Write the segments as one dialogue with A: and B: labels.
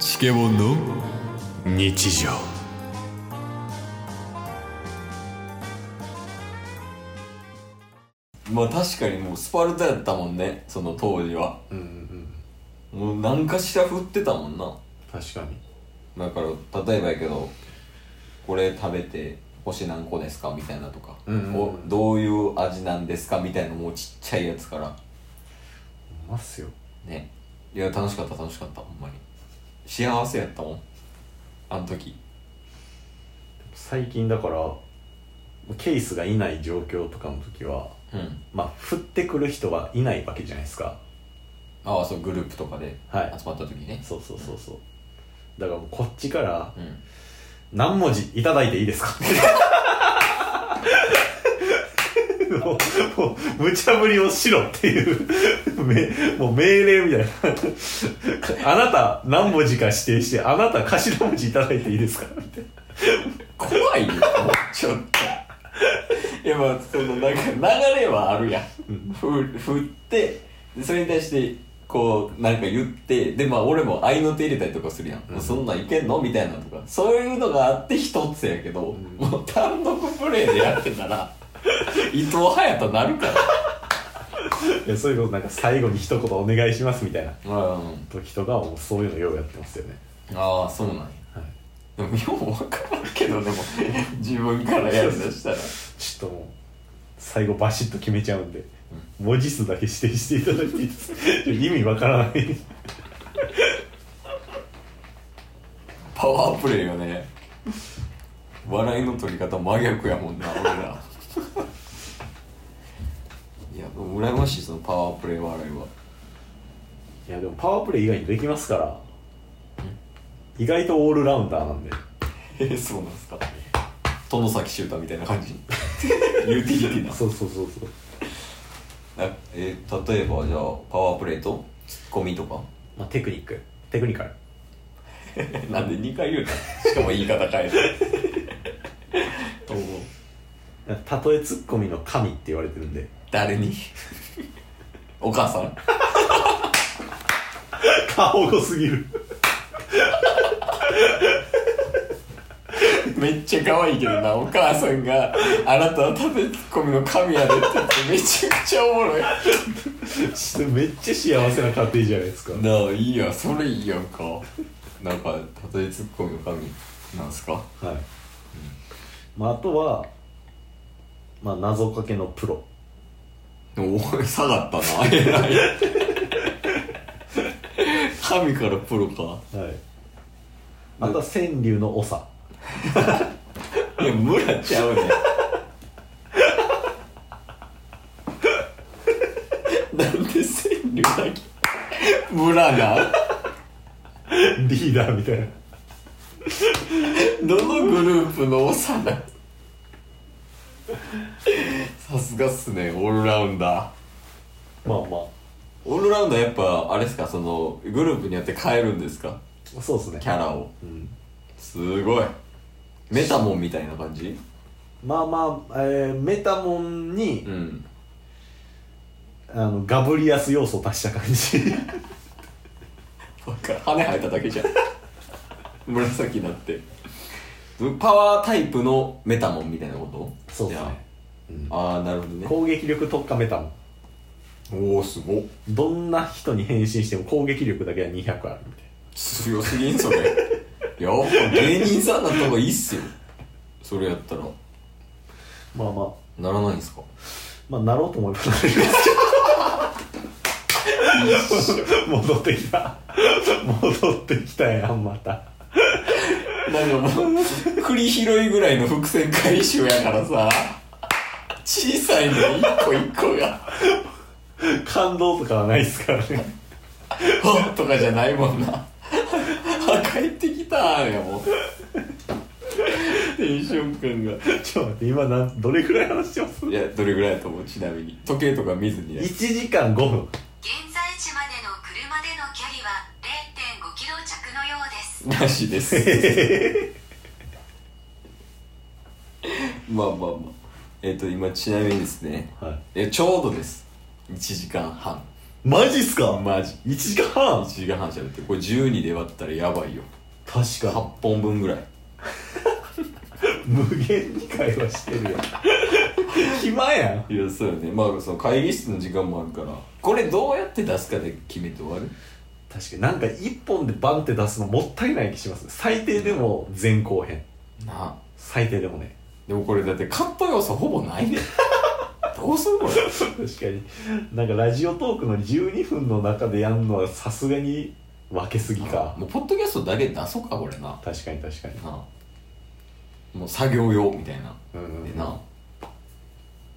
A: チケボンの日常
B: まあ確かにもうスパルタやったもんねその当時は
A: うんうん
B: もう何かしら振ってたもんな
A: 確かに
B: だから例えばやけどこれ食べて星何個ですかみたいなとか、
A: うんうんうん
B: おどういう味なんですかみたいなもうちっちゃいやつから
A: うまっすよ
B: ねいや楽しかった楽しかったほんまに幸せやったもんあの時
A: 最近だからケースがいない状況とかの時は
B: うん
A: まあ振ってくる人がいないわけじゃないですか
B: ああそうグループとかで
A: はい
B: 集まった時ね、
A: そうそうそうそうだからもうこっちから
B: うん
A: 何文字いただいていいですかもうもう無茶ぶりをしろっていうめもう命令みたいなあなた何文字か指定してあなた頭文字いただいていいですかみたいな
B: 怖いよちょっといやまあそのなんか流れはあるやんふ振ってでそれに対してこうなんか言ってでまあ俺も合いの手入れたりとかするやん、
A: うん
B: そんなんいけんのみたいなとかそういうのがあって一つやけど、
A: うん
B: もう単独プレーでやってたら 伊藤隼人なるから
A: いやそういうことなんか最後に一言お願いしますみたいな
B: うん
A: 時とかはもうそういうのようやってますよね
B: ああそうなんや
A: はい
B: でもよう分からんけどでも自分からやるとしたら
A: ちょっともう最後バシッと決めちゃうんで、文字数だけ指定していただいていいですか意味わからない
B: パワープレイよね笑いの取り方真逆やもんな俺ら いや羨ましいそのパワープレイ笑いはい
A: やでもパワープレイ以外にできますから意外とオールラウンダーなんで
B: えーそうなんですか殿崎修太みたいな感じ ユーティリティな
A: そうそうそうそう
B: あえー例えばじゃあパワープレイとツッコミとか
A: まあテクニックテクニカル
B: なんで2回言うたしかも言い方 変えてと思う
A: たとえツッコミの神って言われてるんで
B: 誰 にお母さん
A: 顔ごすぎる
B: めっちゃ可愛いけどなお母さんが「あなたは食べツッコミの神やで」って言ってめちゃくちゃおもろい
A: ちょっとめっちゃ幸せな家庭じゃないですか
B: なあいいやんそれいいやんかなんかたとえツッコミの神なんすか
A: はい、まあ、あとは、まあ、謎かけのプロ
B: おお下がったな偉い神からプロか
A: はいあとは川柳の長
B: いや村ちゃうねんなんで川柳だけ村なん
A: リーダーみたいな
B: どのグループの長ださすがっすねオールラウンダー
A: まあま
B: オールラウンダーやっぱあれですかそのグループによって変えるんですか
A: あそうですね
B: キャラを
A: うん、
B: すごいメタモンみたいな感じ
A: まあまあ、えーメタモンに、
B: うん
A: あのガブリアス要素を足した感じ
B: わかる羽生えただけじゃん 紫になってパワータイプのメタモンみたいなこと
A: そうっすね
B: じ
A: うん
B: ゃああーなるほどね
A: 攻撃力特化メタモン
B: おおすごっ
A: どんな人に変身しても攻撃力だけは200あるみたい
B: 強すぎんそれ いやっぱ芸人さんだった方がいいっすよそれやったら
A: なまあまあ
B: ならないんすか
A: まあなろうと思えばなれるんですけど 戻ってきた戻ってきたやんまた
B: なんかもう栗拾いぐらいの伏線回収やからさ小さいの一個一個が
A: 感動とかはないですからね
B: 「ほっ」とかじゃないもんな「あ帰ってきた」やもうテンション感が
A: ちょっと待って今なんどれくらい話してます
B: いやどれぐらいだと思うちなみに時計とか見ずにや
A: ?1 時間5分
C: 現在地までの車での距離は0.5キロ着のようです
B: なしです まあまあまあえっ、と今ちなみにですね
A: はい
B: えちょうどです1時間半
A: マジっすか
B: マジ
A: 1時間半
B: 1時間半喋ってこれ12で割ったらやばいよ
A: 確
B: 8
A: か
B: 本分ぐらい
A: に無限に会話してるやん 暇やん
B: いやそうよねまあその会議室の時間もあるからこれどうやって出すかで決めて終わる
A: 確かになんか1本でバンって出すのもったいない気します最低でも前後編
B: なあ
A: 最低でもね
B: でもこれだってカット要素ほぼないね どうするこれ
A: 確かになんかラジオトークの12分の中でやるのはさすがに分けすぎか
B: もうポッドキャストだけ出そうかこれなな
A: 確かに確かに
B: あもう作業用みたいな
A: うんうん
B: でな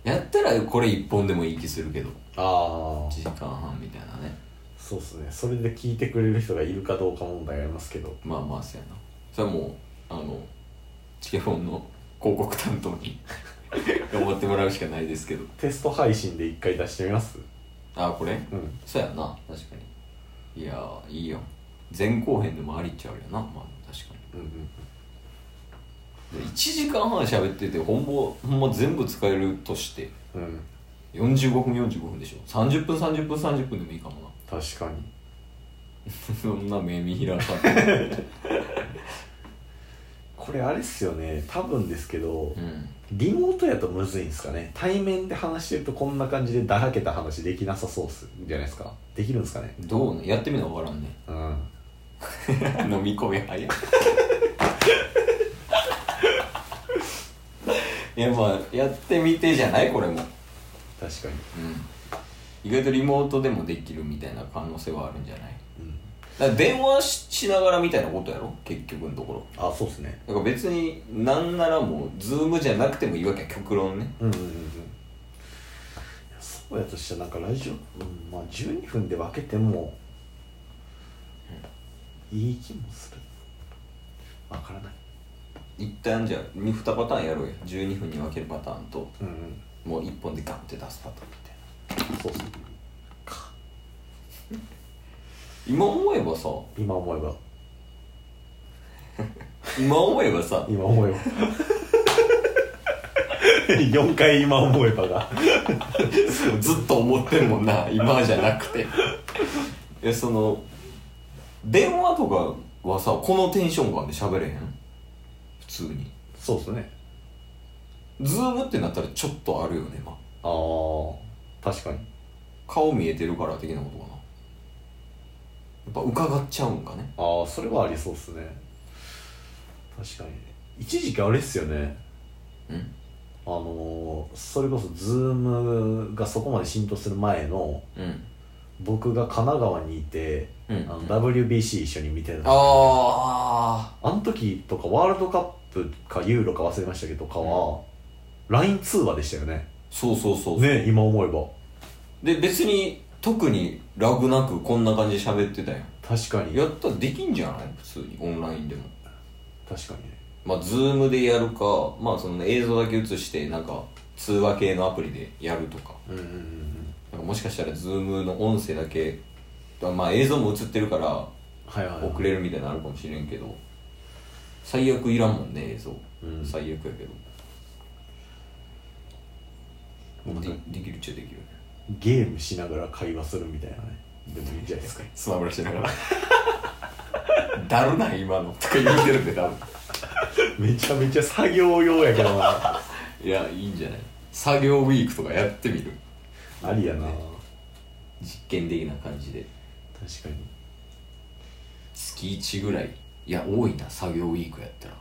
B: やったらこれ1本でもいい気するけど
A: ああ
B: 1時間半みたいなね
A: そうっすねそれで聞いてくれる人がいるかどうか問題ありますけど
B: まあまあそうやなそれはもうあのチケフォンの広告担当 に頑張ってもらうしかないですけど
A: テスト配信で一回出してみます
B: ああこれ
A: うん
B: そうやな確かにいやーいいよ前後編でもありっちゃうよなまあ確か
A: うんうん
B: に1時間半喋っててほんまほんま全部使えるとして
A: うん
B: 45分45分でしょ30分30分30分でもいいかもな
A: 確かに
B: そんな目見開か ない
A: これあれっすよね多分ですけど、
B: うん
A: リモートやとむずいんすかね対面で話してるとこんな感じでだらけた話できなさそうっすじゃないですかできるんですかね
B: どうねやってみな分からんね
A: うん
B: 飲み込み早いいやまあやってみてじゃないこれも
A: 確かに
B: うん意外とリモートでもできるみたいな可能性はあるんじゃない
A: うん
B: だから電話ししながらみたいなことやろ結局のところ
A: あそうっすね
B: だから別になんならもうズームじゃなくてもいいわけや極論ね
A: うんうんうんうんいやそうやとしたらなんかラジオ、うん、まあ12分で分けてもいい気もする分からない
B: 一旦じゃあ 2, パターンやろうよ12分に分けるパターンと
A: うんうん
B: もう1本でガンって出すパターンみたいな
A: そうっすねか
B: 今思えばさ
A: 今思えば
B: 今思えばさ
A: 今思え ば4回今思えばが
B: ずっと思ってるもん な今じゃなくてえその電話とかはさこのテンション感で喋れへん普通に
A: そうっすね
B: ズームってなったらちょっとあるよねまあ
A: ああ確かに
B: 顔見えてるから的なことかなやっぱ伺っちゃうんかね
A: ああそれはありそうっすね確かに一時期あれっすよね
B: うん
A: あのーそれこそズームがそこまで浸透する前の
B: うん
A: 僕が神奈川にいて
B: うん
A: あの WBC 一緒に見てた
B: あ
A: あの時とかワールドカップかユーロか忘れましたけどかは、LINE 通話でしたよね
B: ーそうそうそう、
A: ね今思えば
B: で別に特にラグなくこんな感じで喋ってたやん
A: 確かに
B: やったらできんじゃない普通にオンラインでも
A: 確かにね
B: まあズームでやるかまあその映像だけ映してなんか通話系のアプリでやるとか
A: うんうんうんうん
B: なんかもしかしたらズームの音声だけまあ映像も映ってるから
A: はいはい、はい、
B: 遅れるみたいなのあるかもしれんけど最悪いらんもんね映像、
A: うん
B: 最悪やけ
A: も
B: ど
A: う
B: で
A: なんか
B: できるっちゃできるね
A: ゲームしながら会話するみたいなねでもいいんじゃない ですか
B: スマブラしながら だるない今のとか言うてるんで多分
A: めちゃめちゃ作業用やけどな
B: いやいいんじゃない作業ウィークとかやってみる
A: ありやな確
B: 実験的な感じで
A: かに
B: 月1ぐらいいや多いな作業ウィークやったら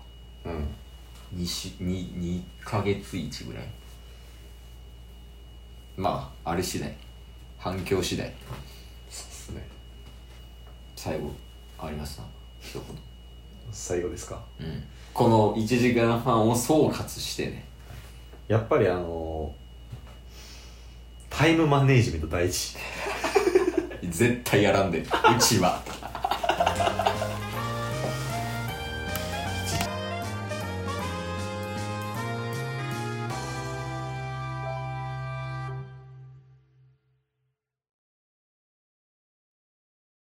A: うん
B: 2し 2, 2ヶ月1ぐらいまああれ次第反響次第
A: そうっすね
B: 最後ありますな一
A: 最後ですか
B: 言、うん、この1時間半を総括してね
A: やっぱりあのータイムマネージメント大事
B: 絶対やらんでうちは